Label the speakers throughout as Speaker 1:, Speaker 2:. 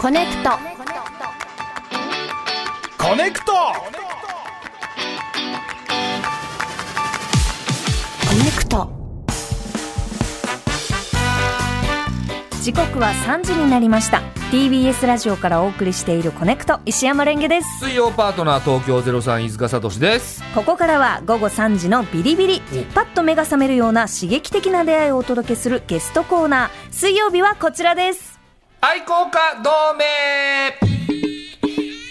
Speaker 1: コネクト
Speaker 2: コネクト
Speaker 1: コネクト時刻は3時になりました TBS ラジオからお送りしているコネクト石山レンゲです
Speaker 2: 水曜パートナー東京ゼロさん飯塚聡です。
Speaker 1: ここからは午後3時のビリビリパッと目が覚めるような刺激的な出会いをお届けするゲストコーナー水曜日はこちらです
Speaker 2: 愛好家同盟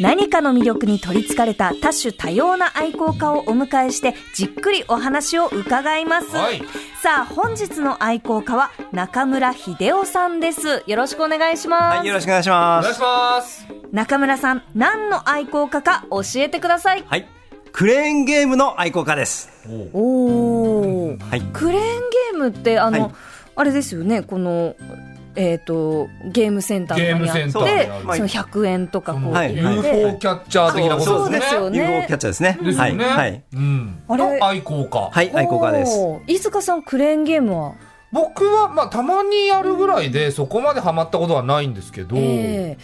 Speaker 1: 何かの魅力に取りつかれた多種多様な愛好家をお迎えしてじっくりお話を伺います、
Speaker 2: はい
Speaker 1: さあ本日の愛好家は中村秀夫さんですよろしくお願いします、
Speaker 3: はい、よろしくお願いしま
Speaker 2: お願い
Speaker 3: す。
Speaker 2: します。
Speaker 1: 中村さん何の愛好家か教えてください、
Speaker 3: はい。クレーンゲームの愛好家です。
Speaker 1: おお、
Speaker 3: はい
Speaker 1: クレーンゲームってあの、
Speaker 3: はい
Speaker 1: あれですよねこのえっ、とゲームセンターとかにあって
Speaker 2: ゲーム
Speaker 1: そ
Speaker 2: センタ
Speaker 3: ーにあ
Speaker 2: る
Speaker 1: の100円とかこう
Speaker 3: はい
Speaker 1: 入れて、
Speaker 3: はい
Speaker 2: UFO キャッチャー的なことです
Speaker 1: そ
Speaker 2: よ
Speaker 1: う
Speaker 2: ね。
Speaker 1: ね
Speaker 3: UFO キャッチャーですね。
Speaker 2: です
Speaker 3: は
Speaker 2: よ
Speaker 3: い。
Speaker 2: ね。
Speaker 3: はい。
Speaker 2: うん。
Speaker 1: あれ
Speaker 2: の愛好家。
Speaker 3: はい、愛好家です。
Speaker 1: おー飯塚さんクレーンゲームは
Speaker 2: 僕は、まあ、たまにやるぐらいで、そこまでハマったことはないんですけど、
Speaker 1: ええ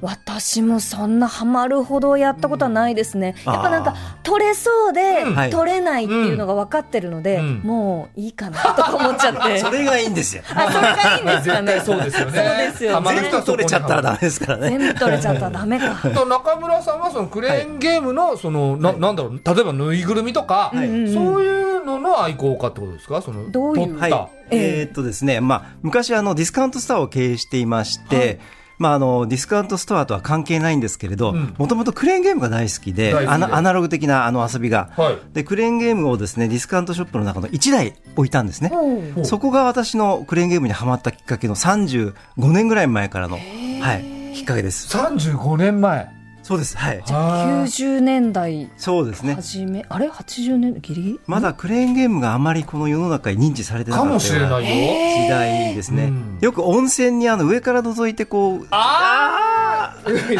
Speaker 1: 私もそんなハマるほどやったことはないですね、
Speaker 3: うん
Speaker 1: やっぱなん
Speaker 3: あ
Speaker 1: か取れそうで、
Speaker 2: うん
Speaker 3: はい
Speaker 1: 取れないっていうのが分かってるので、
Speaker 2: うん
Speaker 1: もういいかなとか思っちゃって
Speaker 3: それがいいんですよ。
Speaker 1: あそれがいいんですか
Speaker 2: 絶
Speaker 1: ね
Speaker 2: 対そうですよね。
Speaker 1: そうですよね
Speaker 2: ハマる
Speaker 3: 全
Speaker 2: 人は
Speaker 3: 部
Speaker 2: そこに
Speaker 3: 取れちゃったらダメですからね。
Speaker 1: 全部取れちゃったらダメか
Speaker 2: と中村さんはそのクレーンゲームのその、ななんだろう例えばぬいぐるみとか、
Speaker 1: うんうんうん
Speaker 2: そういうのの愛好家ってことですかその
Speaker 1: どういう
Speaker 2: 取っ
Speaker 3: は
Speaker 2: た、
Speaker 3: い。えーっとですね、まあ、昔あの、ディスカウントストアを経営していまして、まあ、あのディスカウントストアとは関係ないんですけれど
Speaker 2: うん
Speaker 3: もともとクレーンゲームが大好き
Speaker 2: 大
Speaker 3: で
Speaker 2: 好きで
Speaker 3: あのアナログ的なあの遊びが、
Speaker 2: はい
Speaker 3: でクレーンゲームをですねディスカウントショップの中の1台置いたんですね、
Speaker 1: おう
Speaker 2: お
Speaker 3: そこが私のクレーンゲームにハマったきっかけの35年ぐらい前からの、はい、きっかけです。
Speaker 2: 35年前
Speaker 3: そうです。はい。
Speaker 2: あー
Speaker 1: 90年代
Speaker 3: そうですね。
Speaker 1: 初め、あれ80年代ギリギリ
Speaker 3: まだクレーンゲームがあまりこの世の中に認知されてなか
Speaker 2: か
Speaker 3: ったよ
Speaker 2: も
Speaker 3: う
Speaker 2: しれないよ、
Speaker 3: 時代です
Speaker 2: う
Speaker 3: ね
Speaker 2: ん。
Speaker 3: よく温泉にあの上から覗いてこう、
Speaker 2: ああなんで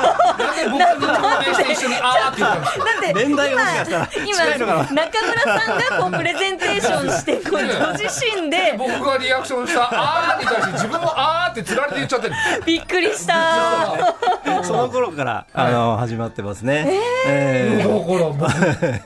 Speaker 2: 僕が共鳴して一緒にあーって言ったんですか
Speaker 1: だって
Speaker 3: 年代がもしかしたら
Speaker 1: 今
Speaker 3: 近いのかな。
Speaker 1: 中村さんがこうプレゼンテーションしてこうご自身で
Speaker 2: 僕がリアクションしたあーに対して自分もあーってつられて言っちゃってる
Speaker 1: びっくりした
Speaker 3: その頃から、あの、始まってますね。え
Speaker 2: だ
Speaker 3: え
Speaker 2: から僕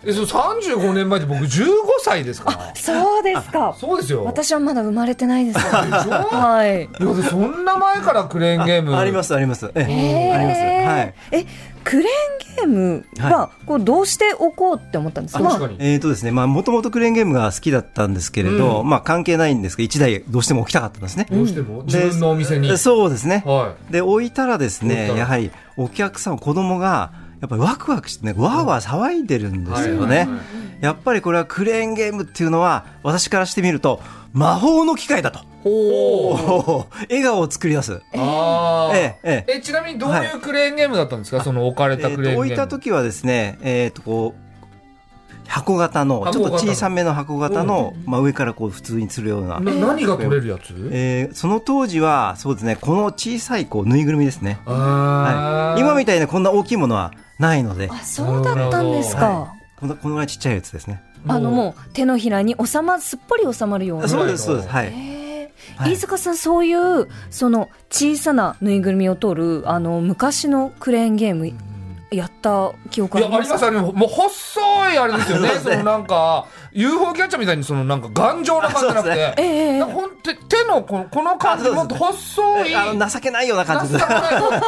Speaker 2: えそう35年前って僕15歳ですから
Speaker 1: そうですか
Speaker 2: そうですよ
Speaker 1: 私はまだ生まれてないですよ
Speaker 2: ょ
Speaker 1: はい
Speaker 2: いやそんな前からクレーンゲーム
Speaker 3: ありますあります。ええあります。はい
Speaker 1: え。ーえクレーンゲームはこうどうしておこうって思ったんですか
Speaker 2: 確か
Speaker 1: ま
Speaker 2: に、
Speaker 3: えーとですね、まあ、もともとクレーンゲームが好きだったんですけれど、まあ、関係ないんですけど、1台どうしても置きたかったんですね。
Speaker 2: どうしても自分のお店に
Speaker 3: でそうですね。
Speaker 2: は
Speaker 3: で、置いたらです
Speaker 2: 置いた
Speaker 3: ね、
Speaker 2: ら
Speaker 3: やはりお客さん、子供が、やっぱりワクワクしてね、わーわー騒いでるんですよ
Speaker 2: はいはい
Speaker 3: ね
Speaker 2: はい。
Speaker 3: やっぱりこれはクレーンゲームっていうのは、私からしてみると、魔法の機械だと。
Speaker 2: いおー
Speaker 3: 笑顔を作り出す。
Speaker 2: あー
Speaker 3: ええええ
Speaker 2: えちなみにどういうクレーンゲームだったんですか、その置かれ
Speaker 3: え
Speaker 2: た
Speaker 3: ー
Speaker 2: クレーンゲーム、
Speaker 3: と置いた時はですね、えっと、こう、箱型の、ちょっと小さめの箱型の、まあ、上からこう普通にするような。
Speaker 2: な何が取れるやつ、
Speaker 3: えーその当時は、そうですね、この小さいこうぬいぐるみですね。
Speaker 2: あ
Speaker 3: は
Speaker 2: ー
Speaker 3: い、今みたいなこんな大きいものはないので、
Speaker 1: あそうだったんですか
Speaker 3: このこのぐらいちっちゃいやつですね。
Speaker 1: あのもう手のひらに収ますっぽり収まるような
Speaker 3: そうです、そうです。はい。
Speaker 1: へー
Speaker 3: はい
Speaker 1: 飯塚さん、そういうその小さなぬいぐるみを取るあの昔のクレーンゲームやった記憶あ
Speaker 2: い
Speaker 1: り
Speaker 2: やあ
Speaker 1: ま
Speaker 2: り
Speaker 1: す
Speaker 2: ます
Speaker 1: か
Speaker 2: ありますもう細いあれですよねそのなんか UFO キャッチャーみたいにそのなんか頑丈な感じじゃなく
Speaker 3: あそう
Speaker 2: て、
Speaker 1: ええええ
Speaker 2: なんかほん手手のこのこの感じもっと細い
Speaker 3: あ
Speaker 2: な
Speaker 3: の情けないような感
Speaker 2: す
Speaker 3: じです。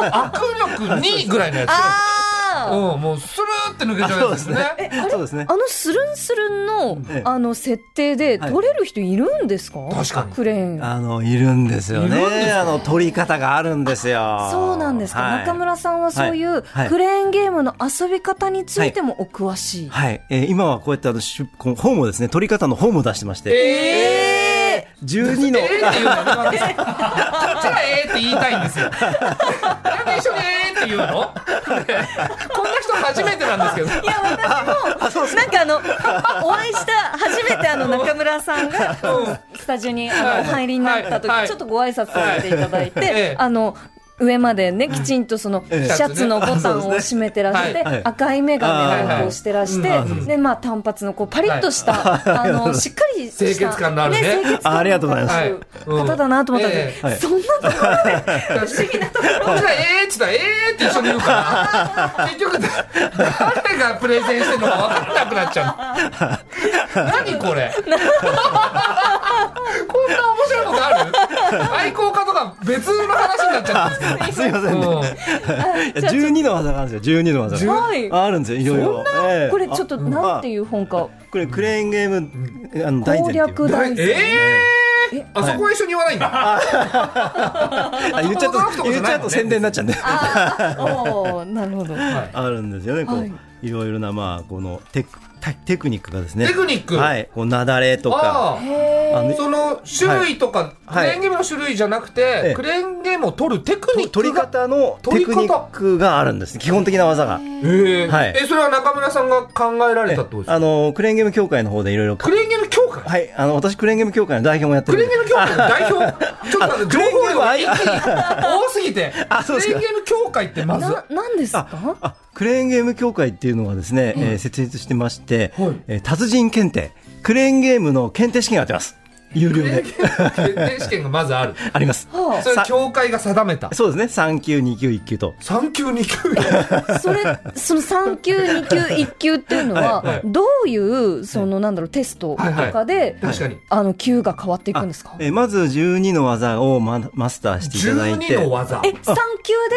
Speaker 2: 握力にぐらいのやつ
Speaker 1: あ
Speaker 2: うんもうスルーって抜けちゃう
Speaker 3: そう
Speaker 2: やつですね
Speaker 3: ですね。 そうですね
Speaker 1: ー。あのスルンスルンの
Speaker 3: ええ
Speaker 1: あの設定で
Speaker 3: はい
Speaker 1: 取れる人いるんですか
Speaker 2: 確かに
Speaker 1: クレーン。
Speaker 3: あのいるんですよ
Speaker 2: いるんです
Speaker 3: ね。
Speaker 2: ね
Speaker 3: あの取り方があるんですよ。
Speaker 1: そうなんですか、
Speaker 3: はい
Speaker 1: 中村さんはそういう
Speaker 3: はい
Speaker 1: クレーンゲームの遊び方についてもお詳しい。
Speaker 3: はい、えー今はこうやってあのしゅこの本をですね、取り方の本も出してまして、
Speaker 2: えー
Speaker 3: 十二の
Speaker 2: えーっていうのはなんですかこっちがえーって言いたいんですよなんで一緒にえーって言うの こんな人初めてなんですけど
Speaker 1: いや 私もなんかあの お会いした初めてあの中村さんがスタジオにあの
Speaker 2: はい
Speaker 1: お入りになった
Speaker 2: はいは
Speaker 1: 時
Speaker 2: い
Speaker 1: ちょっとご挨拶させていただい
Speaker 2: はいえ
Speaker 1: て
Speaker 2: え
Speaker 1: あの上までね、きちんとその、シ
Speaker 3: ええ
Speaker 1: ャツのボタンを閉めてらして、
Speaker 3: はい
Speaker 1: 赤い眼鏡をこうしてらして、
Speaker 2: はいはい
Speaker 3: うん
Speaker 1: で、まあ、単発のこう、パリッとした、あの、しっかりした。
Speaker 2: 清潔感のあるね
Speaker 1: 清潔感
Speaker 3: あありがとうございます
Speaker 2: はいうん
Speaker 1: 方だなと思ったんで
Speaker 2: え、
Speaker 3: えはい
Speaker 1: そんなところで、 不思議なとこ
Speaker 2: こっちがえーっつったら、えーって一緒に言うから、結局、誰がプレゼンしてるのか分かんなくなっちゃう。何これ。こんな面白いことある愛好家とか別の話になっちゃってるんです
Speaker 3: すいませんね。いや12の技があるんですよ。12の技
Speaker 1: ろ。
Speaker 3: が。
Speaker 1: はい。
Speaker 3: あるんですよ。いろいろ。ええ
Speaker 1: これちょっと、
Speaker 3: あ
Speaker 1: なんて
Speaker 3: あ
Speaker 1: いう本か。
Speaker 3: これクレーンゲームあの大
Speaker 1: 攻
Speaker 3: 全っていう
Speaker 1: 略
Speaker 2: けど。
Speaker 1: 大全。
Speaker 2: えー、あそこは一緒に言わないんだ。
Speaker 3: あ言っちゃうと
Speaker 2: 攻略とかじ
Speaker 3: 言
Speaker 2: ゃないのね
Speaker 3: っちゃうと宣伝になっちゃうんで。
Speaker 1: ああ、おーなるほど。
Speaker 2: はい
Speaker 3: あるんですよね。こう、
Speaker 1: はい
Speaker 3: い、ろいろなまあこのテクテテクニックがですね。
Speaker 2: テクニック。
Speaker 3: はい。こうなだれとか。
Speaker 2: あー
Speaker 1: へ
Speaker 3: あの
Speaker 2: その種類とか、ク
Speaker 3: はい
Speaker 2: レーンゲームの種類じゃなくて、
Speaker 3: え
Speaker 2: クレーンゲームを取るテクニック
Speaker 3: と取り
Speaker 2: が
Speaker 3: 方の
Speaker 2: 取り
Speaker 3: テク
Speaker 2: 方
Speaker 3: ニックがあるんです。基本的な技が。
Speaker 2: えー
Speaker 3: はい
Speaker 2: えそれは中村さんが考えられたってことですか
Speaker 3: あのクレーンゲーム協会の方でいろいろ。
Speaker 2: クレーンゲーム協会
Speaker 3: はい。あの私クレーンゲーム協会の代表もやって
Speaker 2: ク
Speaker 3: るん
Speaker 2: レ
Speaker 3: で。
Speaker 2: ーンゲーム協 会の代表ちょっと待って情報量が一気に多すぎて
Speaker 3: あそう
Speaker 2: ク
Speaker 3: です
Speaker 2: レー
Speaker 3: か
Speaker 2: ンゲーム協会ってまず
Speaker 1: な、なんですか
Speaker 3: あクレーンゲーム協会っていうのはですね、えー設立してまして、
Speaker 2: はい
Speaker 3: えー達人検定クレーンゲームの検定試験やってます有
Speaker 2: ク
Speaker 3: 料
Speaker 2: レーン
Speaker 3: で
Speaker 2: ゲーム決定試験がまずある
Speaker 3: あります
Speaker 1: は
Speaker 2: それ
Speaker 3: さ
Speaker 2: 協会が定めた
Speaker 3: そうですね3級2級1級と
Speaker 2: 3級2級
Speaker 1: あ、それ、その3級、2級、1級っていうの
Speaker 2: はいは、
Speaker 1: はいどういう、その、なんだろう、テストとかで、
Speaker 2: 確かに
Speaker 1: あの、級が変わっていくんですか
Speaker 3: えーまず12の技をママスターしていただいて
Speaker 2: 12の技
Speaker 1: え、3級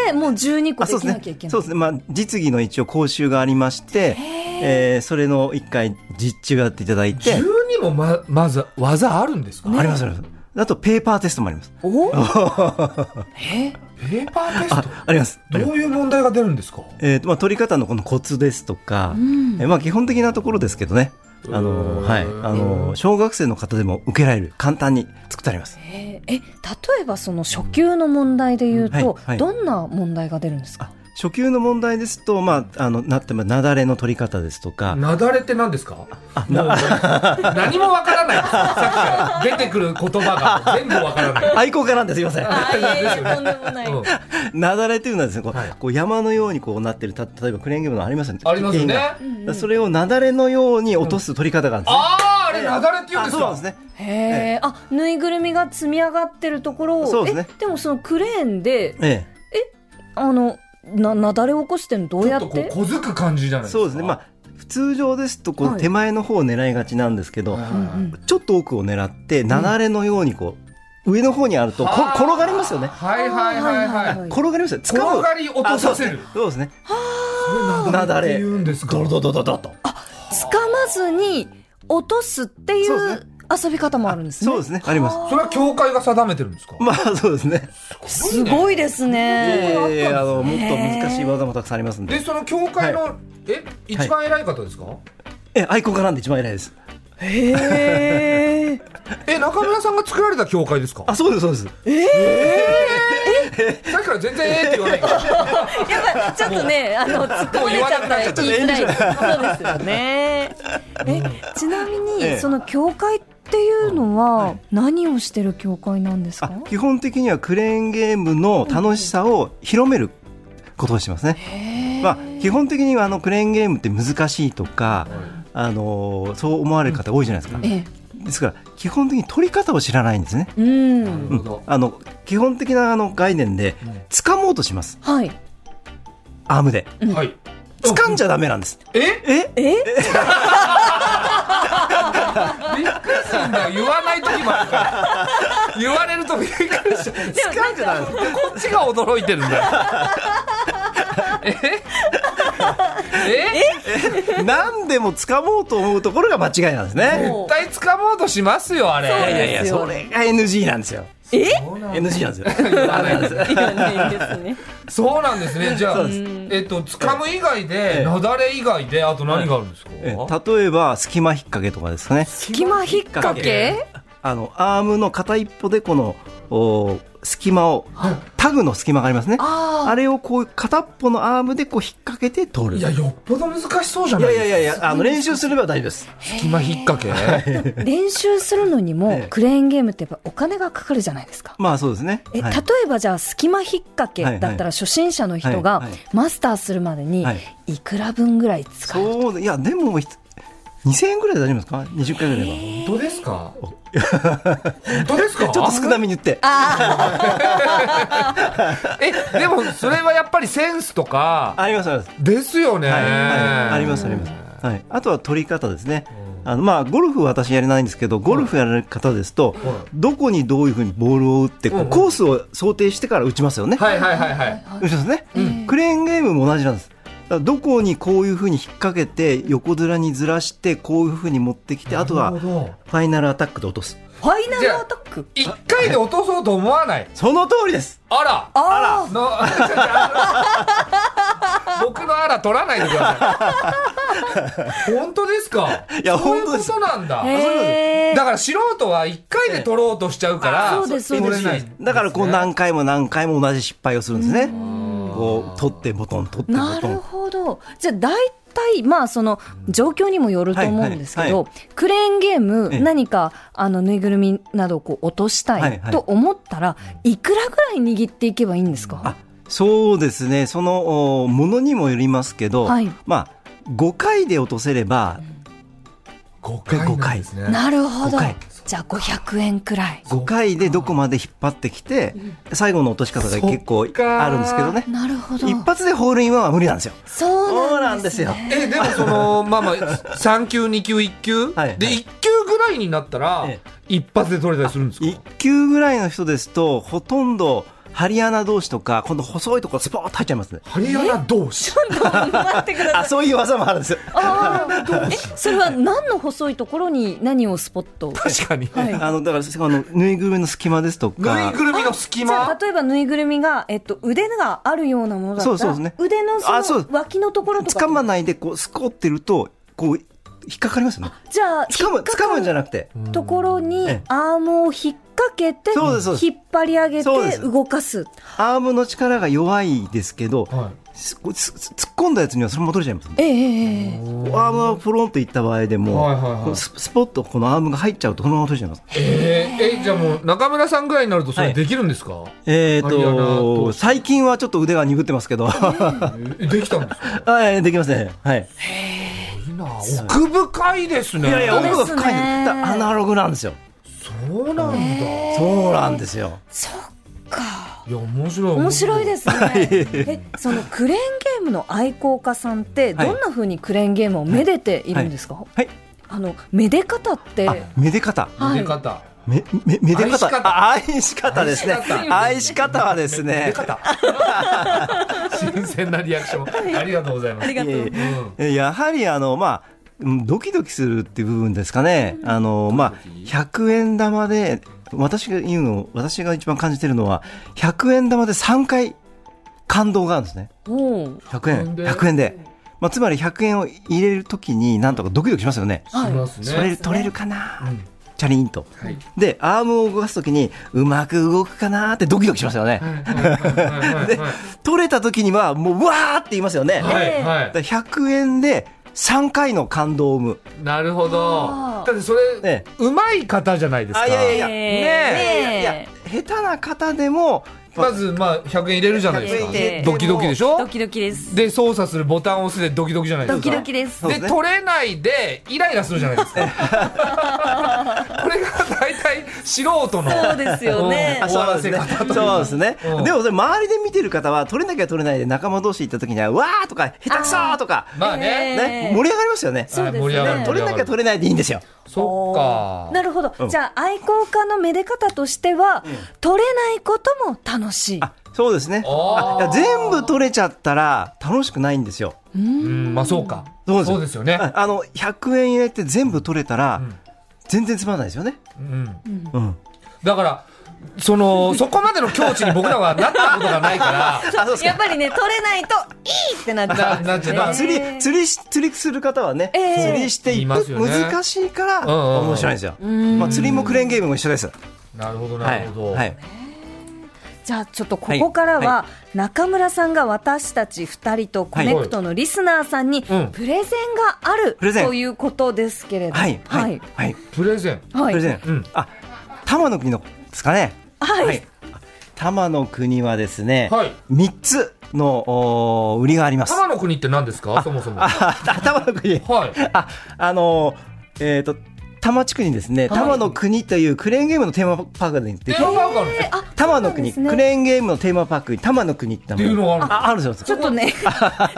Speaker 1: でもう12個
Speaker 3: あ
Speaker 1: で
Speaker 3: そう
Speaker 1: き
Speaker 3: です
Speaker 1: なきゃい
Speaker 3: ね
Speaker 1: け。な
Speaker 3: そ。
Speaker 1: いう
Speaker 3: ですね。まあ、実技の一応講習がありまして、えーそれの一回実中やっていただいて、
Speaker 2: 12もままず技あるんですか
Speaker 3: ありますあります。あと、ペーパーテストもあります。
Speaker 1: おえ
Speaker 2: ペーパーテスト
Speaker 3: あ、あります。あります
Speaker 2: どういう問題が出るんですか
Speaker 3: えーとまあ、取り方のこのコツですとか、えーまあ、基本的なところですけどね、あの
Speaker 2: うーん
Speaker 3: はい、あの小学生の方でも受けられる簡単に作ってあります。
Speaker 1: ええ例えばその初級の問題で言うと、
Speaker 3: はいはい
Speaker 1: どんな問題が出るんですか
Speaker 3: 初級の問題ですと、まあ、あのなってまなだれの取り方ですとか、
Speaker 2: なだれって何ですかもう何もわからないですさっきから出てくる言葉が全部わからない
Speaker 3: 愛好家なんです、すいません。
Speaker 1: あいやいやとんでもな
Speaker 2: うん
Speaker 3: なだれというのはですね、こう,、
Speaker 2: はい
Speaker 3: こう山のようにこうなってる、た例えばクレーンゲームのありますよね。
Speaker 2: ありますよね
Speaker 3: 原因がそれをなだれのように落とす取り方があるんですね。
Speaker 2: あああれなだれって言うん
Speaker 3: あ
Speaker 2: です
Speaker 3: そうなん
Speaker 2: か
Speaker 3: ですね。
Speaker 1: へえあぬいぐるみが積み上がってるところを
Speaker 3: そうですね
Speaker 1: えでもそのクレーンで
Speaker 3: え
Speaker 1: あのななだれを起こしてるのどう
Speaker 2: ちょ
Speaker 1: や
Speaker 2: っと
Speaker 1: っ
Speaker 2: こう
Speaker 1: て
Speaker 2: 小づく感じじゃない
Speaker 3: え、
Speaker 2: ですか
Speaker 3: そうですね。まあ通常ですとこ
Speaker 1: は
Speaker 3: う
Speaker 1: い
Speaker 3: 手前の方を狙いがちなんですけど、
Speaker 2: はい
Speaker 1: うんうん
Speaker 3: ちょっと奥を狙ってなだれのようにこう、上の方にあるとこ
Speaker 2: はあ
Speaker 3: 転がりますよね。
Speaker 2: はいはいはいは
Speaker 1: い
Speaker 2: い
Speaker 3: 転がりますよ。掴む。
Speaker 2: 転がり落とさせる
Speaker 3: あそうですね。
Speaker 2: これなだれって言うんですか
Speaker 3: そうですね。ドロドロドロドロと。
Speaker 1: つかまずに落とすってい
Speaker 3: そうで
Speaker 1: う遊び方もあるんですね
Speaker 3: そうですね。あります。
Speaker 2: それは教会が定めてるんですか
Speaker 3: まあそうですね。
Speaker 1: すごいです
Speaker 3: い
Speaker 1: ね
Speaker 3: えいえあのもっと難しい技もたくさんありますん
Speaker 2: で
Speaker 3: で。
Speaker 2: その教会のえ一番偉い方ですか
Speaker 3: え、愛好家なんで一番偉いです。
Speaker 1: へえ
Speaker 2: え中村さんが作られた教会ですか
Speaker 3: あ、そうですそうです。
Speaker 2: さっきから全然ええって言わないから
Speaker 1: やっぱちょっとね、あの、突っ込まれちゃったら言いづらい。そうですよね。え、ちなみ
Speaker 3: え
Speaker 1: に、
Speaker 3: え
Speaker 1: その教会っていうのは、何をしてる教会なんです
Speaker 3: あ
Speaker 1: か。
Speaker 3: 基本的にはクレーンゲームの楽しさを広めることをしてますね。
Speaker 1: へえ
Speaker 3: まあ、基本的にはあのクレーンゲームって難しいとか、あのーそう思われる方多いじゃないですか。
Speaker 1: え
Speaker 3: ですから基本的に取り方を知らないんですね。
Speaker 1: え、うん。
Speaker 2: なるほど
Speaker 3: あの基本的なあの概念で掴もうとします。
Speaker 1: はい。
Speaker 3: アームで
Speaker 2: はい
Speaker 3: 掴んじゃダメなんです。
Speaker 2: え
Speaker 1: え、
Speaker 2: びっ
Speaker 3: え
Speaker 2: くりするんだよ言わない時もあるから言われるとびっくりしちゃう
Speaker 1: でも、なんか、
Speaker 2: こっちが驚いてるんだよええ
Speaker 3: 何でも掴もうと思うところが間違いなんですね。
Speaker 1: もう
Speaker 2: 絶対掴もうとしますよあれ
Speaker 1: そう
Speaker 3: いやい
Speaker 1: で
Speaker 3: や
Speaker 1: すよ
Speaker 3: それが NG なんですよ。
Speaker 1: え、
Speaker 3: NG なんですよ。
Speaker 2: 言わない
Speaker 1: いやないですね。
Speaker 2: そうなんですね。じゃあ、えっと、掴む以外で、
Speaker 3: え
Speaker 2: なだれ以外で、あと何があるんですか。
Speaker 3: え例えば隙間引っ掛けとかですかね。
Speaker 1: 隙間引っ掛け。
Speaker 3: あのアームの片一歩でこのお隙間をタグの隙間がありますね
Speaker 2: あ
Speaker 3: あれをこう片っぽのアームでこう引っ掛けて取る
Speaker 2: いや、よっぽど難しそうじゃ
Speaker 3: い
Speaker 2: ない
Speaker 3: や
Speaker 2: ですか。
Speaker 3: いやいやいやあの練習すれば大丈夫です
Speaker 2: 隙間引っ掛け。
Speaker 1: 練習するのに
Speaker 3: え
Speaker 1: も
Speaker 3: え
Speaker 1: クレーンゲームってやっぱお金がかかるじゃないですか。
Speaker 3: まあそうですね
Speaker 1: え
Speaker 3: はい
Speaker 1: 例えばじゃあ隙間引っ掛けだ
Speaker 3: は
Speaker 1: っ
Speaker 3: い
Speaker 1: た
Speaker 3: は
Speaker 1: ら初心者の人
Speaker 3: は
Speaker 1: が
Speaker 3: いはい
Speaker 1: マスターするまでに
Speaker 3: はい
Speaker 1: いくら分ぐらい使う
Speaker 3: そういやでもひ2000円ぐらいで大丈夫ですか20回ぐらいは
Speaker 2: 本当ですか本当ですか
Speaker 3: ちょっと少なめに言って
Speaker 2: え、でもそれはやっぱりセンスとか、
Speaker 3: ありますあります
Speaker 2: ですよね。
Speaker 3: はい、はい、ありますあります、はい、あとは取り方ですねあのまあゴルフは私やれないんですけどゴルフやる方ですと、どこにどういうふうにボールを打ってこう、
Speaker 2: うん
Speaker 3: コースを想定してから打ちますよね、
Speaker 2: はいはいはいはい。
Speaker 3: 打ちますね、クレーンゲームも同じなんですだからどこにこういうふうに引っ掛けて横面にずらしてこういうふうに持ってきてあと
Speaker 2: な
Speaker 3: は
Speaker 2: る
Speaker 3: フ
Speaker 2: ほど
Speaker 3: ァイナルアタックで落とす
Speaker 1: ファイナルアタック
Speaker 2: 一回で落とそうと思わない。
Speaker 3: その通りです
Speaker 2: あら。
Speaker 1: あ
Speaker 2: の 僕のあら取らないでください。本当ですか。
Speaker 3: いや
Speaker 2: そういう
Speaker 3: 本当です
Speaker 2: ことなんだ
Speaker 1: あ。へ
Speaker 2: だ
Speaker 1: ー
Speaker 2: から素人は一回で取ろうとしちゃうから、
Speaker 1: ええあそうですそうです
Speaker 2: 取れないんですね
Speaker 3: だからこう何回も何回も同じ失敗をするんですねこう取ってボトン取ってボ
Speaker 1: な
Speaker 3: ト
Speaker 1: る
Speaker 3: ン
Speaker 1: ほどじゃあ大体まあその状況にもよると思うんですけど、
Speaker 3: はいは
Speaker 1: クレーンゲーム
Speaker 3: ええ
Speaker 1: 何かあのぬいぐるみなどをこう落とした
Speaker 3: はいいはい
Speaker 1: と思ったらいくらぐらい握っていけばいいんですか、
Speaker 3: あそうですねそのおものにもよりますけど、
Speaker 1: はい
Speaker 3: まあ5回で落とせれば
Speaker 2: 5回なんですね。
Speaker 1: なるほど
Speaker 3: 5回
Speaker 1: じゃあ500円くらい
Speaker 3: 5回でどこまで引っ張ってきて最後の落とし方が結構
Speaker 2: そっか
Speaker 3: あるんですけどね
Speaker 1: なるほど
Speaker 3: 一発でホールインワンは無理なんですよ
Speaker 1: そうなんです,、ね、
Speaker 3: そうなん
Speaker 2: えでもそのまあまあ3級2級1級、
Speaker 3: はいはい
Speaker 2: で1級ぐらいになったら、
Speaker 3: え
Speaker 2: 一発で取れたりするんですか
Speaker 3: 1級ぐらいの人ですとほとんど針穴同士とか今度細いところスポーッと入っちゃい ますね
Speaker 2: 針穴同士
Speaker 1: 待ってください
Speaker 3: あそういう技もあるんですよ
Speaker 1: あーえそれは何の細いところに何をスポット
Speaker 2: 確かに、
Speaker 1: はい
Speaker 3: あのだからあのぬいぐるみの隙間ですと
Speaker 2: ぬい
Speaker 3: か
Speaker 2: ぐるみの
Speaker 1: じ
Speaker 2: 隙
Speaker 1: ゃあ
Speaker 2: 間
Speaker 1: 例えばぬいぐるみが、えっと、腕があるようなものだった
Speaker 3: そ
Speaker 1: ら
Speaker 3: うそうですね
Speaker 1: 腕の
Speaker 3: あ
Speaker 1: そ
Speaker 3: そ
Speaker 1: の
Speaker 3: う
Speaker 1: 脇のところと
Speaker 3: 掴ま
Speaker 1: か
Speaker 3: ないでこうすこってるとこう引っかかりますよね
Speaker 1: じゃあ
Speaker 3: 掴む掴むんじゃなくて
Speaker 1: くところに
Speaker 3: ええ
Speaker 1: アームを引っ掛けて
Speaker 3: そうですそうです
Speaker 1: 引っ張り上げ
Speaker 3: そうで
Speaker 1: て
Speaker 3: す
Speaker 1: 動かす
Speaker 3: アームの力が弱いですけど、
Speaker 2: は
Speaker 3: すこうすす突っ込んだやつにはそのまま取れちゃいます、ね、
Speaker 1: ええええええ
Speaker 3: アームがポロンといった場合でも、
Speaker 2: はいはいはい
Speaker 3: こうススポッとこのアームが入っちゃうとこのまま取れちゃいます
Speaker 2: えー、えじゃあもう中村さんぐらいになるとそれできるんですか、
Speaker 3: えー、
Speaker 2: 針穴同
Speaker 3: と
Speaker 2: 士
Speaker 3: 最近はちょっと腕が鈍ってますけど、
Speaker 2: えできたんですか
Speaker 3: はい、できますね、はい、
Speaker 2: いいな奥深いですね
Speaker 3: いやいや
Speaker 1: 本当
Speaker 3: 奥
Speaker 1: で
Speaker 3: が
Speaker 1: すね
Speaker 3: 深いんですだからアナログなんですよ
Speaker 2: そうなんだ、
Speaker 3: そうなんですよ
Speaker 1: そっか
Speaker 2: いや面白い
Speaker 1: 面白いですねえそのクレーンゲームの愛好家さんってど
Speaker 3: はい
Speaker 1: んなふうにクレーンゲームをめでているんですか、
Speaker 3: はい
Speaker 1: あのめで方って
Speaker 3: あめで方
Speaker 1: はい
Speaker 2: 出方
Speaker 3: めめめで
Speaker 2: 愛し
Speaker 3: 方
Speaker 2: 方
Speaker 3: あ愛し方ですね
Speaker 2: 愛し方
Speaker 3: 愛し方はです
Speaker 2: 出
Speaker 3: ね
Speaker 2: 方新鮮なリアクションありがとうございます
Speaker 1: ありがとう
Speaker 3: いえいえやはりあの、まあ、うんドキドキするっていう部分ですかね、あのまあ、100円玉で、私が言うの、私が一番感じてるのは、100円玉で3回感動があるんですね、
Speaker 1: もう
Speaker 3: 100
Speaker 2: な
Speaker 3: 円、
Speaker 2: んで
Speaker 3: 100円で。まあ、つまり100円を入れるときに、なんとかドキドキしますよね。
Speaker 1: はい
Speaker 2: しますね。
Speaker 3: それ取れるかな、
Speaker 2: うん
Speaker 3: チャリンと。
Speaker 2: はい
Speaker 3: で、アームを動かすときに、うまく動くかなってドキドキしますよね。
Speaker 2: で、
Speaker 3: 取れたときには、もう、わーって言いますよね。
Speaker 2: は
Speaker 1: ええ
Speaker 2: いは
Speaker 3: だから100円で3回の感動を生む。
Speaker 2: い。なるほど
Speaker 1: あ。ー
Speaker 2: だってそれ
Speaker 3: ええ
Speaker 2: うまい方じゃないですか。
Speaker 3: あいやいやいや、
Speaker 1: ええ
Speaker 3: ねえいやいや下手な方でも、
Speaker 2: まずまあ100円入れるじゃないですか
Speaker 3: 100円
Speaker 1: 入れ。て
Speaker 2: ドキドキでしょ
Speaker 1: ド。キドキです
Speaker 2: で操作するボタンを押すでドキドキじゃないです
Speaker 1: ド
Speaker 2: か。
Speaker 1: キドキです
Speaker 3: そう
Speaker 2: で
Speaker 3: ですね
Speaker 2: 取れないでイライラするじゃないですか。これが大体素人の。
Speaker 1: そうですよね
Speaker 2: うん終わらせ方という
Speaker 3: そうですね
Speaker 2: うん
Speaker 3: でもそれ周りで見てる方は取れなきゃ取れないで仲間同士行った時にはわーとか下手くそーとか
Speaker 2: まあ
Speaker 1: え
Speaker 2: ね。
Speaker 3: ね盛り上がりますよね
Speaker 1: そうですね
Speaker 2: はい盛り上がる
Speaker 3: 取れなきゃ取れないでいいんですよ
Speaker 2: そっか。
Speaker 1: なるほど、
Speaker 3: うん
Speaker 1: じゃあ愛好家のめで方としては、取れないことも楽しい
Speaker 3: あそうですね
Speaker 2: あー
Speaker 3: あいや全部取れちゃったら楽しくないんですよ
Speaker 2: うんまあそうか。
Speaker 3: そうです
Speaker 2: そうですよね。
Speaker 3: ああの100円入れて全部取れたら
Speaker 2: ん
Speaker 3: 全然つまらないですよね
Speaker 2: うん。
Speaker 3: うん
Speaker 2: だからそのそこまでの境地に僕らはなったことがないか
Speaker 3: そう
Speaker 1: やっぱりね、取れないと、いいってなっちゃうん
Speaker 2: ななっ
Speaker 1: です
Speaker 2: ちゃ
Speaker 1: ね。
Speaker 2: うまあ
Speaker 3: 釣り、釣りし、釣りする方はね、
Speaker 1: ええ
Speaker 3: 釣りしてい
Speaker 2: い
Speaker 3: く、
Speaker 2: ますよね
Speaker 3: 難しいから、
Speaker 2: うんうんうん
Speaker 3: 面白いんですよ。まあ、釣りもクレーンゲームも一緒です。
Speaker 2: らなるほど
Speaker 3: は。
Speaker 2: ないるほど、
Speaker 3: はい。
Speaker 1: じゃあちょっとここから
Speaker 3: はい
Speaker 1: は中村さんが私たち2人とコネクトのリスナーさんにプ
Speaker 2: うん
Speaker 1: レゼンがある
Speaker 3: プレゼン
Speaker 1: ということですけれど
Speaker 3: はい。
Speaker 1: は
Speaker 3: はいい。はい。
Speaker 2: プレゼン
Speaker 1: は
Speaker 3: プレゼ
Speaker 1: い
Speaker 3: ン。
Speaker 2: うん
Speaker 3: あ、玉の国のですかね。
Speaker 1: はい。
Speaker 3: 玉の国はですね、
Speaker 2: はい
Speaker 3: 三つのおー売りがあります。
Speaker 2: 玉の国って何ですかそもそもは
Speaker 3: あ、玉の国。
Speaker 2: い
Speaker 3: あ、あのーえっ、と、多摩地区にですね、
Speaker 1: はい
Speaker 3: 玉の国というクレーンゲームのテーマパークができて
Speaker 2: テ、ーマパークあるんです
Speaker 1: え
Speaker 2: よ
Speaker 1: あ
Speaker 3: 多摩の国、
Speaker 1: そうなんですね
Speaker 3: クレーンゲームのテーマパークに多摩の国って
Speaker 2: っていうのがあるんです
Speaker 3: ああるんです
Speaker 1: ちょ
Speaker 3: よ。
Speaker 1: っと ね、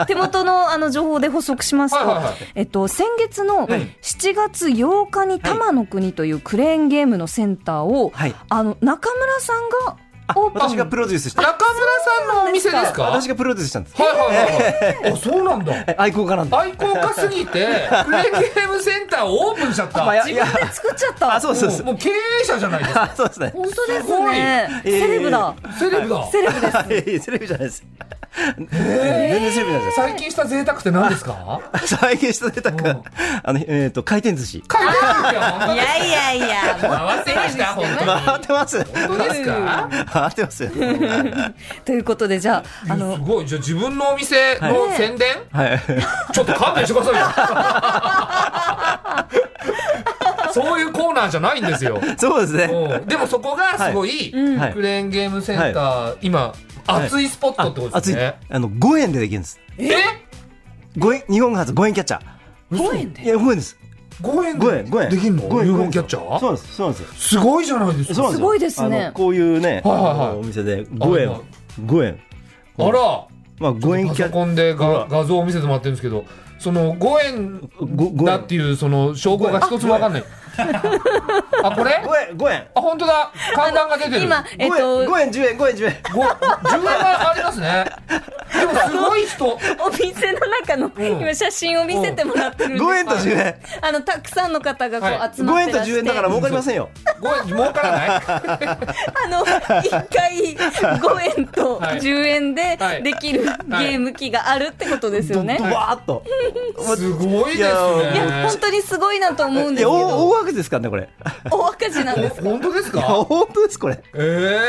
Speaker 1: 手元のあの情報で補足します
Speaker 2: はい
Speaker 1: と
Speaker 2: はいはい、
Speaker 1: えっと、先月の
Speaker 2: はい
Speaker 1: 7月8日に玉の国というクレーンゲームのセンターを、
Speaker 3: はい
Speaker 1: あの、中村さんが
Speaker 3: あ
Speaker 1: オープン。
Speaker 3: 私がプロデュースした。
Speaker 2: 中村さんのお店ですか
Speaker 3: 私がプロデュースしたんです。
Speaker 2: はいはいはいはいあそうなんだ
Speaker 3: え愛好家なんで。
Speaker 2: 愛好家すぎて、クレーンゲームセンターをオープンしちゃった。
Speaker 3: まあやいや
Speaker 1: 作っちゃった。
Speaker 3: あ、そうですそうです。
Speaker 2: もうもう経営者じゃない ですか。
Speaker 3: あ、そうですね。
Speaker 1: 本当です
Speaker 2: ごい
Speaker 1: ね。
Speaker 3: えー
Speaker 1: セレブだ。
Speaker 2: セレブだ。
Speaker 1: セレブです。
Speaker 3: いやいやセレビじゃないです。全然セレビじゃないです。
Speaker 2: 最近した贅沢って何ですか
Speaker 3: 再現したネタ
Speaker 2: う
Speaker 3: が
Speaker 2: ん、
Speaker 3: あの、えっと、回転寿司。
Speaker 2: 回転寿司は本
Speaker 1: いやいやいや。
Speaker 2: 当に回ってました、本
Speaker 3: 回ってます。
Speaker 2: 当に。本当ですか
Speaker 3: 回ってますよ。
Speaker 1: ということで、じゃあ、あ
Speaker 2: いやす
Speaker 1: の、
Speaker 2: ごい。じゃあ自分のお店の宣伝
Speaker 3: はい。
Speaker 2: ちょっと勘弁してくださいよ。 そういうコーナーじゃないんですよ。
Speaker 3: そうですね。
Speaker 2: うんでもそこがすごい、
Speaker 3: はい
Speaker 2: クレーンゲームセンター、今、熱いスポットってことですね。
Speaker 3: あの、5円でできるんです。
Speaker 2: え
Speaker 3: 五円、日本初5円キャッチャ
Speaker 1: 5円
Speaker 3: ー。
Speaker 1: で
Speaker 3: いや、5円です。
Speaker 2: 5円
Speaker 3: 5円、5円。
Speaker 2: できんの
Speaker 3: 五円
Speaker 2: ?UFO キャッチャ
Speaker 3: そ
Speaker 2: ー
Speaker 3: うなんです、そうなんですよ。
Speaker 2: すごいじゃないです
Speaker 3: そうな
Speaker 2: か
Speaker 3: ん。
Speaker 1: すごいですね
Speaker 3: あのこういうね、
Speaker 2: はいはいはい
Speaker 3: あのお店で5
Speaker 2: あ
Speaker 3: 円、5円。
Speaker 2: あら、
Speaker 3: まあ、5円
Speaker 2: パソ
Speaker 3: キャッチャー。
Speaker 2: コンで
Speaker 3: ほ
Speaker 2: が
Speaker 3: ら
Speaker 2: 画像を見せてもらってるんですけど、その5
Speaker 3: ご
Speaker 2: 円
Speaker 3: ご
Speaker 2: だっていうその証拠が一つもわかんない。あ、これ
Speaker 3: 5円、5円。
Speaker 2: あ、本当だ。看板が出てる。
Speaker 1: 今、
Speaker 3: 5
Speaker 1: えっ
Speaker 3: 円、
Speaker 1: と、
Speaker 3: 5円、10円、5円、10円。
Speaker 2: ご10円がありますね。でもすごい人。
Speaker 1: お店の中の、
Speaker 2: ん
Speaker 1: 今写真を見せてもらってるんです
Speaker 3: 5円と10円。
Speaker 1: あの、たくさんの方がこ
Speaker 2: はいう
Speaker 1: 集ま
Speaker 3: 5
Speaker 1: っ
Speaker 3: 円
Speaker 1: て
Speaker 3: と
Speaker 1: らして、
Speaker 3: 10円だから儲かりませんよ。
Speaker 2: 5円、儲からない
Speaker 1: あの、一回5円と10円で
Speaker 2: はい
Speaker 1: できるゲーム機があるってことですよ
Speaker 3: ど
Speaker 1: ね。
Speaker 3: どばーっと。
Speaker 2: すごいですね。
Speaker 3: いや
Speaker 1: いや、本当にすごいなと思うん
Speaker 3: い
Speaker 1: ですけ
Speaker 3: や、大
Speaker 1: ど、
Speaker 3: 大枠ですからね、これ。
Speaker 1: 大赤字なんです。
Speaker 2: ほ本当です
Speaker 3: いや
Speaker 2: か
Speaker 3: 本当です、これ。
Speaker 2: え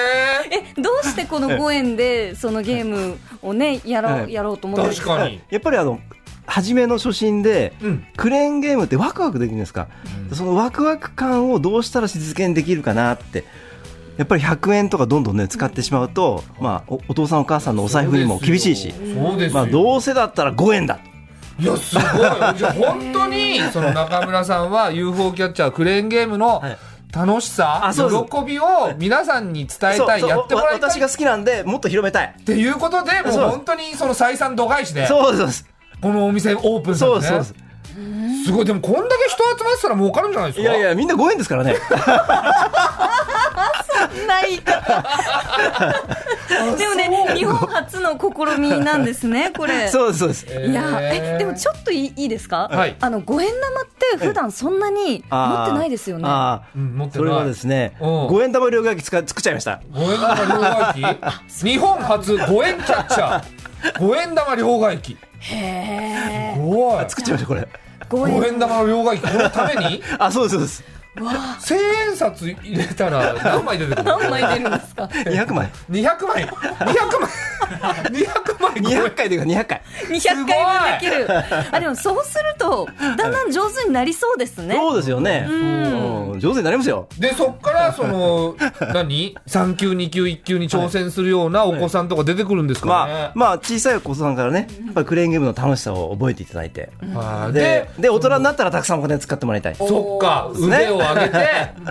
Speaker 2: え
Speaker 1: え、どうしてこの5円でそのゲームをね、やろ
Speaker 3: は
Speaker 1: う、
Speaker 3: い
Speaker 1: やろうと思ったんで
Speaker 2: 確
Speaker 1: す
Speaker 2: かに。
Speaker 3: やっぱりあの、初めの初心で、
Speaker 2: うん。
Speaker 3: クレーンゲームってワクワクできるんですか、そのワクワク感をどうしたら実現できるかなってやっぱり100円とかどんどんね使ってしまうと、まあ、おお父さんお母さんのお財布にも厳しいし
Speaker 2: そう、ですよそうですよ
Speaker 3: まあ、どうせだったら5円だ
Speaker 2: いやすごいじゃあ本当にその中村さんは UFO キャッチャークレーンゲームの
Speaker 3: はい
Speaker 2: 楽しさ、
Speaker 3: あそうです
Speaker 2: 喜びを皆さんに伝えたいやっても
Speaker 3: わ
Speaker 2: らいた
Speaker 3: 私
Speaker 2: いっ
Speaker 3: が好きなんでもっと広めたい
Speaker 2: ていうことでもう
Speaker 3: そうです
Speaker 2: 本当にその採算度外視で
Speaker 3: そうですそうです
Speaker 2: このお店オープンした
Speaker 3: そ
Speaker 2: ん
Speaker 3: うで
Speaker 2: ですす
Speaker 3: そう
Speaker 2: ね
Speaker 3: です
Speaker 2: すごいでもこんだけ人集まってたら儲かるんじゃないですか
Speaker 3: いやいやみんな5円ですからね
Speaker 1: ないでもね、日本初の試みなんです ね、これ。
Speaker 3: そうですそうです
Speaker 2: えー
Speaker 1: いやえでもちょっといいいいですか、
Speaker 2: はい
Speaker 1: あの五円玉って普段そんなに持ってないですよね。
Speaker 3: あー
Speaker 2: うん持ってない
Speaker 3: それはですね
Speaker 2: うん
Speaker 3: 5円玉両替機使作っちゃいました
Speaker 2: 五円玉両替機日本初五円キャッチャー五円玉両替機
Speaker 1: へえ。
Speaker 2: おい
Speaker 3: 作っちゃいましたこれ
Speaker 1: 五円
Speaker 2: 五円玉の両替機このために
Speaker 3: あそうですそうです
Speaker 2: 千円札入れたら何枚出てくる
Speaker 1: 何枚出るんですか。
Speaker 3: 200枚
Speaker 2: 200枚200枚 200枚これ
Speaker 3: 200回というか200回
Speaker 1: 二百回分できる。あでもそうするとだんだん上手になりそうですね。
Speaker 3: そうですよねうん上手になりますよ
Speaker 2: でそっからその何3級2級1級に挑戦するようなお子さんとか出てくるんですかね、
Speaker 3: まあ、まあ、小さいお子さんからね、やっぱりクレーンゲームの楽しさを覚えていただいて。
Speaker 2: あー
Speaker 3: で
Speaker 2: で、
Speaker 3: で、大人になったらたくさんお金使ってもらいたい。
Speaker 2: そっか
Speaker 3: すね
Speaker 2: 腕を上げて、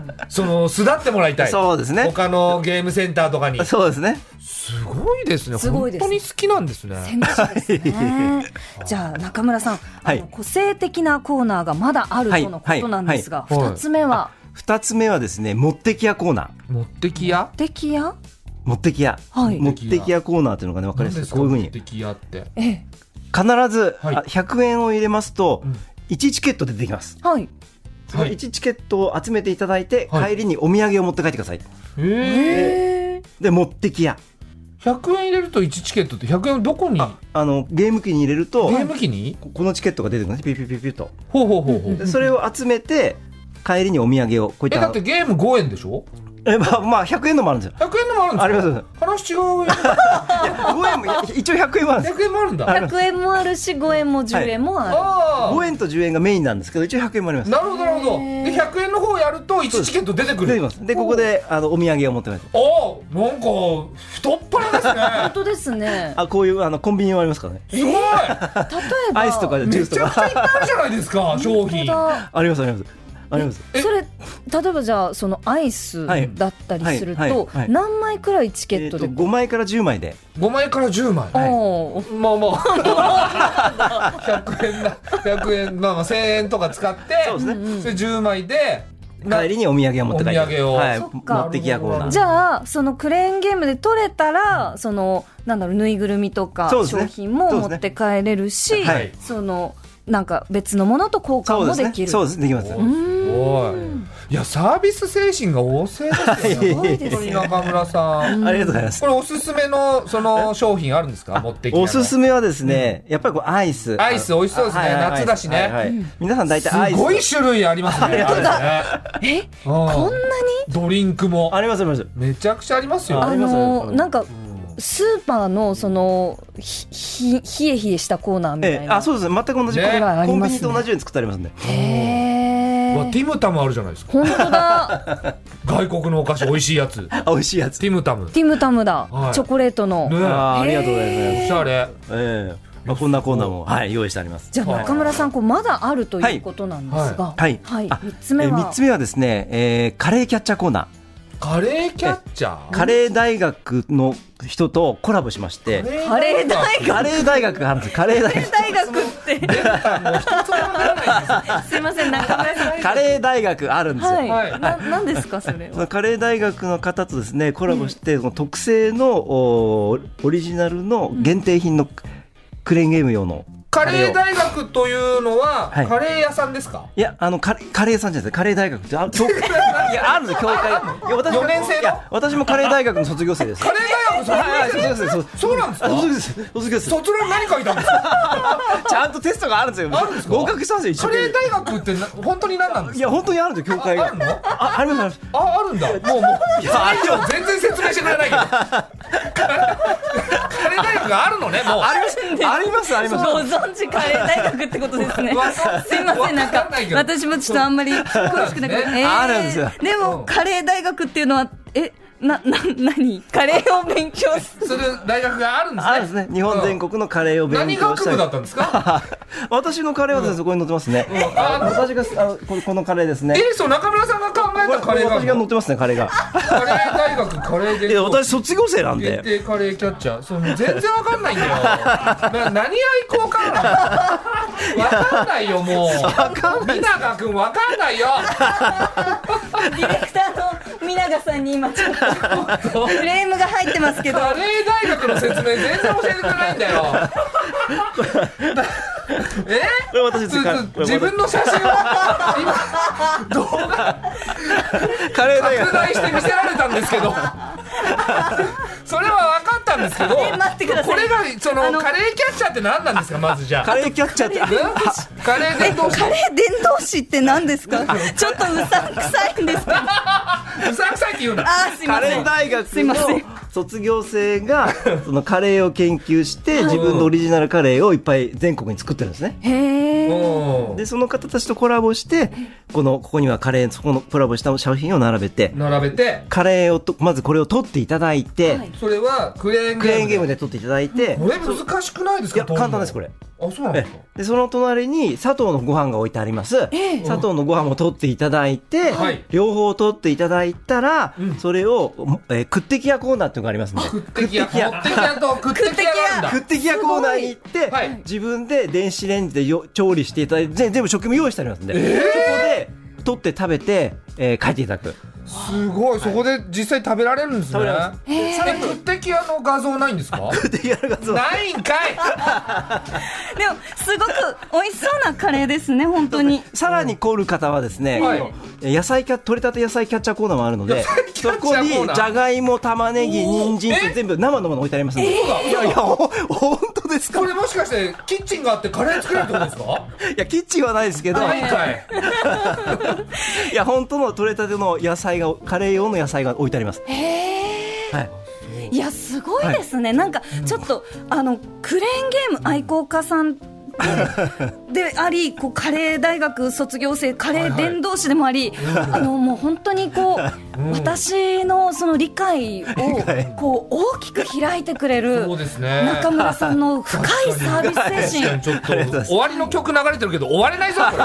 Speaker 2: その巣立ってもらいたい
Speaker 3: そうですね
Speaker 2: 他のゲームセンターとかにす
Speaker 3: そうですね。
Speaker 2: ごいですね
Speaker 1: すごいです
Speaker 2: 本当に好きなんですね
Speaker 1: 天使ですね。じゃあ中村さん、あ
Speaker 3: はい
Speaker 1: の個性的なコーナーがまだあるとのことなんですが、
Speaker 2: は
Speaker 1: 二、
Speaker 2: いはいはい
Speaker 1: つ目は
Speaker 3: 二つ目はですね、持ってきやコーナー。
Speaker 2: 持ってきや
Speaker 1: 敵や
Speaker 3: 持ってきや。
Speaker 1: はい
Speaker 3: 持ってきやコーナーというのがね、わかりやす
Speaker 2: 何で
Speaker 3: い。
Speaker 2: すか
Speaker 3: こういうふう
Speaker 2: 持っ
Speaker 3: に。
Speaker 2: てきやって
Speaker 1: ええ
Speaker 3: 必ず、
Speaker 2: はい
Speaker 3: あ100円を入れますと、
Speaker 2: うん
Speaker 3: 1チケット出てきます。
Speaker 1: はい
Speaker 3: その1チケットを集めていただいて、
Speaker 2: はい
Speaker 3: 帰りにお土産を持って帰ってください。
Speaker 2: えええ
Speaker 3: で持ってきや
Speaker 2: 100円入れると1チケットって100円をどこに
Speaker 3: あのゲーム機に入れると
Speaker 2: ゲーム機に
Speaker 3: ここのチケットが出てくるんですピピピピピと
Speaker 2: ほうほうほうほう
Speaker 3: でそれを集めて帰りにお土産をこういっ
Speaker 2: え
Speaker 3: た
Speaker 2: だってゲーム5円でしょ
Speaker 3: えまあ、まあ、100円のもあるんですよ
Speaker 2: 100円のもあるんですか
Speaker 3: ありますありま
Speaker 2: 話違うよ
Speaker 3: 5円もいや一応100円はあるん です
Speaker 2: 100円もあるんだ
Speaker 1: 100円もあるし5円も10円もある、
Speaker 2: あ
Speaker 3: 5
Speaker 2: あ
Speaker 3: 円と10円がメインなんですけど一応100円もあります
Speaker 2: なるほどなるほどで100円の方やると1チケット出てく
Speaker 3: 出てき
Speaker 2: る
Speaker 3: ますでここであのお土産を持ってます
Speaker 2: ああなんか太っ腹です
Speaker 1: 本
Speaker 2: ね
Speaker 1: 当ですね
Speaker 3: あこういうあのコンビニもありますからね
Speaker 2: すごい
Speaker 1: 例えば
Speaker 3: アイスとかジュ
Speaker 2: め
Speaker 3: ースと
Speaker 2: ちゃくち
Speaker 3: か
Speaker 2: ゃいっぱいあるじゃないですか 商
Speaker 1: 本
Speaker 2: 品
Speaker 1: 当だ
Speaker 3: ありますありますあります
Speaker 2: え
Speaker 1: それ例えばじゃあそのアイス
Speaker 3: はい
Speaker 1: だったりすると、
Speaker 3: はいはいはい
Speaker 1: 何枚くらいチケ
Speaker 3: え
Speaker 1: ッ
Speaker 3: っ
Speaker 1: ト
Speaker 3: と
Speaker 1: で、
Speaker 3: 5枚から10枚で
Speaker 2: 5枚から10枚
Speaker 3: はい
Speaker 1: おー
Speaker 2: まあまあ 100円だ100円まあまあ1000円とか使って
Speaker 3: そうですね
Speaker 2: それ10枚でな
Speaker 3: 帰りにお土産を持って帰って
Speaker 2: お土産を
Speaker 3: はい、
Speaker 1: そ
Speaker 3: 持
Speaker 1: っか
Speaker 3: ってきやコーナー
Speaker 1: じゃあそのクレーンゲームで取れたら、そのなんだろうぬいぐるみとか
Speaker 3: そうですね
Speaker 1: 商品も
Speaker 3: そう
Speaker 1: 持
Speaker 3: ですね
Speaker 1: って帰れるしそ,、
Speaker 3: はい
Speaker 1: のなんか別のものと交
Speaker 3: そ
Speaker 1: 換
Speaker 3: うで
Speaker 1: も
Speaker 3: す
Speaker 1: で
Speaker 3: ね
Speaker 1: きる
Speaker 3: そうですできま
Speaker 2: おい
Speaker 3: す
Speaker 2: すごいいやサービス精神が旺盛 ですね
Speaker 1: すごいです
Speaker 2: 本当に
Speaker 1: ね
Speaker 2: 中村さん
Speaker 3: ありがとうございます
Speaker 2: これおすすめのその商品あるんですか持ってきなが
Speaker 3: お
Speaker 2: ら
Speaker 3: すすめはですね、やっぱりこうアイス
Speaker 2: アイス美味しそうですね
Speaker 3: はいはい
Speaker 2: 夏だしね
Speaker 3: はいはい皆さん大体アイ
Speaker 2: す
Speaker 3: ス
Speaker 2: ごい種類ありますねあれね
Speaker 1: えこんなに
Speaker 2: ドリンクも
Speaker 3: ありますあります
Speaker 2: めちゃくちゃありますよ
Speaker 3: あ
Speaker 1: あ
Speaker 3: りますあり
Speaker 1: の
Speaker 3: ます
Speaker 1: なんかスーパーのそのひひひえひえしたコーナーみた
Speaker 3: え
Speaker 1: い
Speaker 3: え
Speaker 1: な、
Speaker 3: あそうですね全く同じ、
Speaker 2: ね
Speaker 3: これ
Speaker 1: あり
Speaker 3: コン
Speaker 1: ま
Speaker 3: ビ
Speaker 1: すね
Speaker 3: ニと同じように作ってありますんで
Speaker 1: へー
Speaker 2: うわティムタムあるじゃないですか
Speaker 1: 本当 だ
Speaker 2: 外国のお菓子美味しいやつ
Speaker 3: あ美味しいやつ、
Speaker 2: ティムタムね
Speaker 1: ティムタムだ、
Speaker 2: はい
Speaker 1: チョコレートの、
Speaker 2: お
Speaker 3: あーありがとうございます、
Speaker 2: しゃれ
Speaker 3: ええまあ、こんなコーナーも、はい、用意してあります
Speaker 1: じゃあ
Speaker 2: はい
Speaker 1: 中村さんこうまだあるということなんですが
Speaker 3: はい
Speaker 1: はい
Speaker 3: あ
Speaker 1: 三つ目
Speaker 3: え
Speaker 1: は
Speaker 3: 三つ目はですね、えーカレーキャッチャーコーナ
Speaker 2: カレーキャッチャ
Speaker 3: ー。
Speaker 2: ー
Speaker 3: カレー大学の人とコラボしまして、
Speaker 1: カレー大
Speaker 3: カレー大学があるんです。カレー大学。
Speaker 1: 大学 ってすいません中村さん
Speaker 3: カレー大学あるんですよ。
Speaker 1: はい、
Speaker 2: はい
Speaker 1: ななんですかそれ
Speaker 3: そ
Speaker 1: は
Speaker 3: のカレー大学の方とですねコラボして、その特製のおオリジナルの限定品のクレーンゲーム用の
Speaker 2: カレー
Speaker 3: を
Speaker 2: 大学というのは、
Speaker 3: はい
Speaker 2: カレー屋さんですか
Speaker 3: いやあのカレカレーさんじゃないですカレー大学ってあ教 いやあるんですよ教会いや私も
Speaker 2: 四年生の
Speaker 3: いや私もカレー大学の卒業生です
Speaker 2: カレー大学卒
Speaker 3: はいはい
Speaker 2: 業生
Speaker 3: 卒業生です
Speaker 2: そうなんですか
Speaker 3: 卒業生です卒業生です
Speaker 2: 卒論何書いたんですか
Speaker 3: ちゃんとテストがあるんですよ。
Speaker 2: あるんですか
Speaker 3: 合格したんです
Speaker 2: カ
Speaker 3: よ。
Speaker 2: レ
Speaker 3: 一生懸
Speaker 2: ー大学ってな本当に何なんで
Speaker 3: 命い
Speaker 2: すか
Speaker 3: や、本当にあるんですよ、教会
Speaker 2: ああ
Speaker 3: が
Speaker 2: る。の
Speaker 3: あ、あります、あります。
Speaker 2: あ、 あるんだもうもう
Speaker 3: いや、あります。
Speaker 2: 全然説明してくれ ないけどカレー大学があるのねもう
Speaker 3: あります。あります、あり
Speaker 1: ご
Speaker 3: ます。
Speaker 1: 存知カレー大学ってことですね
Speaker 2: わかん
Speaker 1: すいませんなん
Speaker 2: わ
Speaker 1: か
Speaker 2: かんないけど
Speaker 1: 私もちょっとあんまり詳しくなくて、
Speaker 2: そうね
Speaker 1: えー
Speaker 3: あるんですよ
Speaker 1: で
Speaker 2: うん
Speaker 1: もカレー大学っていうのはえなな何カレーを勉強する
Speaker 2: する大学があるんですね
Speaker 3: あるんですね。日本全国のカレーを勉
Speaker 2: 何
Speaker 3: 強し
Speaker 2: 学部だ
Speaker 3: た
Speaker 2: っ
Speaker 3: い。
Speaker 2: たんです か
Speaker 3: 私のカレーはですね、そこに載ってますね。
Speaker 2: あの
Speaker 3: 私が、あの、ここのカレーですね
Speaker 2: え。そう中村さんが考え
Speaker 3: これ
Speaker 2: たカレーがあ
Speaker 3: 私
Speaker 2: る
Speaker 3: が載
Speaker 2: の
Speaker 3: ってますね、カレーが。
Speaker 2: カレー大学カレー
Speaker 3: い
Speaker 2: で
Speaker 3: や、私卒業生なん
Speaker 2: 限
Speaker 3: で。
Speaker 2: 定カレーキャッチャーそうもう全然わかんないんだよな何愛好家なのわかんないよもう稲川君わかんないよ
Speaker 1: ディレクターの皆川さんに今ちょっとフレームが入ってますけど
Speaker 2: カレー大学の説明全然教えてくれないん だよえ
Speaker 3: これ私ですかこれ
Speaker 2: 自分の写真を今
Speaker 3: カレー大
Speaker 2: 拡
Speaker 3: 学。
Speaker 2: 大して見せられたんですけどそれは分かったんですけど
Speaker 1: え待ってください
Speaker 2: これがその
Speaker 1: あの
Speaker 2: カレーキャッチャーって何なんですかまずじゃあ
Speaker 3: カレーキャッチャーってあ。
Speaker 2: うんカレー
Speaker 1: え
Speaker 2: 伝
Speaker 1: カレ
Speaker 2: 統
Speaker 1: ー
Speaker 2: 師
Speaker 1: 伝道師って何ですかちょっとうさんくさいんですけど
Speaker 2: うさんくさいって言うな
Speaker 1: あーすいま
Speaker 3: カレ
Speaker 1: せ
Speaker 3: ー
Speaker 1: ん
Speaker 3: 大学
Speaker 1: すいませ
Speaker 3: の
Speaker 1: ん
Speaker 3: 卒業 生がそのカレーを研究して自分のオリジナルカレーをいっぱい全国に作ってるんですね。
Speaker 1: へえ
Speaker 2: うん
Speaker 3: でその方たちとコラボしてこのここにはカレーそこのコラボした商品を並べて
Speaker 2: 並べて
Speaker 3: カレーをとまずこれを取っていただいて、
Speaker 1: はい
Speaker 2: それはクレーン
Speaker 3: クレーンゲーム
Speaker 2: で
Speaker 3: で取っていただいて、
Speaker 2: これ難しくないです
Speaker 3: い
Speaker 2: か
Speaker 3: や簡単ですこれ。
Speaker 2: どんどんあそうなんで
Speaker 3: え
Speaker 2: すか
Speaker 3: でその隣に佐藤のご飯が置いてあります、
Speaker 1: ええ
Speaker 3: 佐藤のご飯も取っていただいて、
Speaker 2: はい
Speaker 3: 両方取っていただいたら、それを、えー、食ってきやコーナーっていうのがありますんで
Speaker 2: 食ってきや持ってきやと食ってきやがあ
Speaker 3: 食
Speaker 2: るん
Speaker 3: ってきやコーナーに行って、
Speaker 2: はい
Speaker 3: 自分で電子レンジでよ調理していただいて全全部食器も用意してありますんで、そこで取って食べてえー書いていただく。
Speaker 2: すごいそこで実際食べられるんですね
Speaker 3: 食べら
Speaker 2: えそれクッテキアの画像ないんですか
Speaker 3: でやる画像
Speaker 2: ないんかい
Speaker 1: でもすごく美味しそうなカレーですね本当に
Speaker 3: さらに凝る方はですね、
Speaker 2: はい
Speaker 3: 野菜キャ取れたて野菜キャッチャーコーナーもあるので
Speaker 2: キャ
Speaker 3: そ
Speaker 2: ッチャーコ
Speaker 3: こ
Speaker 2: ーナー
Speaker 3: にじゃがいも玉ねぎ人参って全部生のもの置いてありますので、いやいやほ本当ですか
Speaker 2: これもしかしてキッチンがあってカレー作れるってことですか
Speaker 3: いやキッチンはないですけど、
Speaker 2: ない
Speaker 3: い
Speaker 2: ん、かい
Speaker 3: や本当の取れたての野菜がカレー用の野菜が置いてあります、はい、
Speaker 1: いやすごいですね、なんかちょっとあのクレーンゲーム愛好家さんでありこうカレー大学卒業生カレー伝道師でもあり、あのもう本当にこう、私のその理解を
Speaker 3: 解
Speaker 1: こう大きく開いてくれる
Speaker 2: そうですね
Speaker 1: 中村さんの深いサービス精神
Speaker 2: ちょっと終わりの曲流れてるけど終われないぞこれ
Speaker 1: い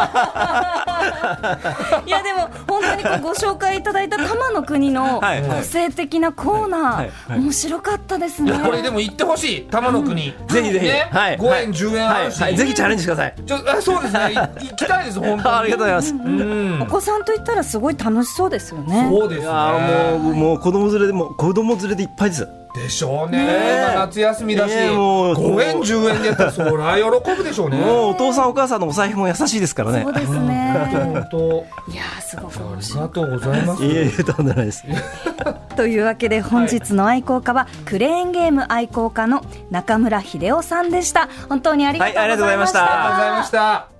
Speaker 1: やでも本当にこうご紹介いただいた玉の国の
Speaker 3: はいはい
Speaker 1: 個性的なコーナ
Speaker 3: はいは
Speaker 1: ー
Speaker 3: い
Speaker 1: 面白かったですね。
Speaker 2: これでも行ってほしい玉の国、
Speaker 3: ぜひぜひ、
Speaker 2: ね
Speaker 3: はい、
Speaker 2: 5円10円あ
Speaker 3: はい
Speaker 2: るし、
Speaker 3: はいぜひチャレンジしてください
Speaker 2: ちょあそうですねい行きたいです本当に
Speaker 3: あありがとうございます、
Speaker 2: うん
Speaker 1: お子さんといったらすごい楽しそうですよね。
Speaker 2: そうです
Speaker 3: い
Speaker 2: ね
Speaker 3: やーもうもう子供連れでも子供連れでいっぱいです
Speaker 2: でしょうね
Speaker 3: え
Speaker 2: 今夏休みだし、
Speaker 3: ねえもう
Speaker 2: 5円10円でやったらそりゃ喜ぶでしょうね
Speaker 3: もうお父さんお母さんのお財布も優しいですからね
Speaker 1: そうですね。
Speaker 2: 本当
Speaker 1: いやーすごく
Speaker 2: あ
Speaker 1: 面
Speaker 2: り
Speaker 1: 白
Speaker 2: がとうございます
Speaker 3: いえいえとんでもないです
Speaker 1: い。というわけで本日の愛好家は、クレーンゲーム愛好家の中村秀夫さんでした。本当にありがとうございました。
Speaker 3: はいありがとうございまし
Speaker 2: あ
Speaker 3: た
Speaker 2: りがとうございました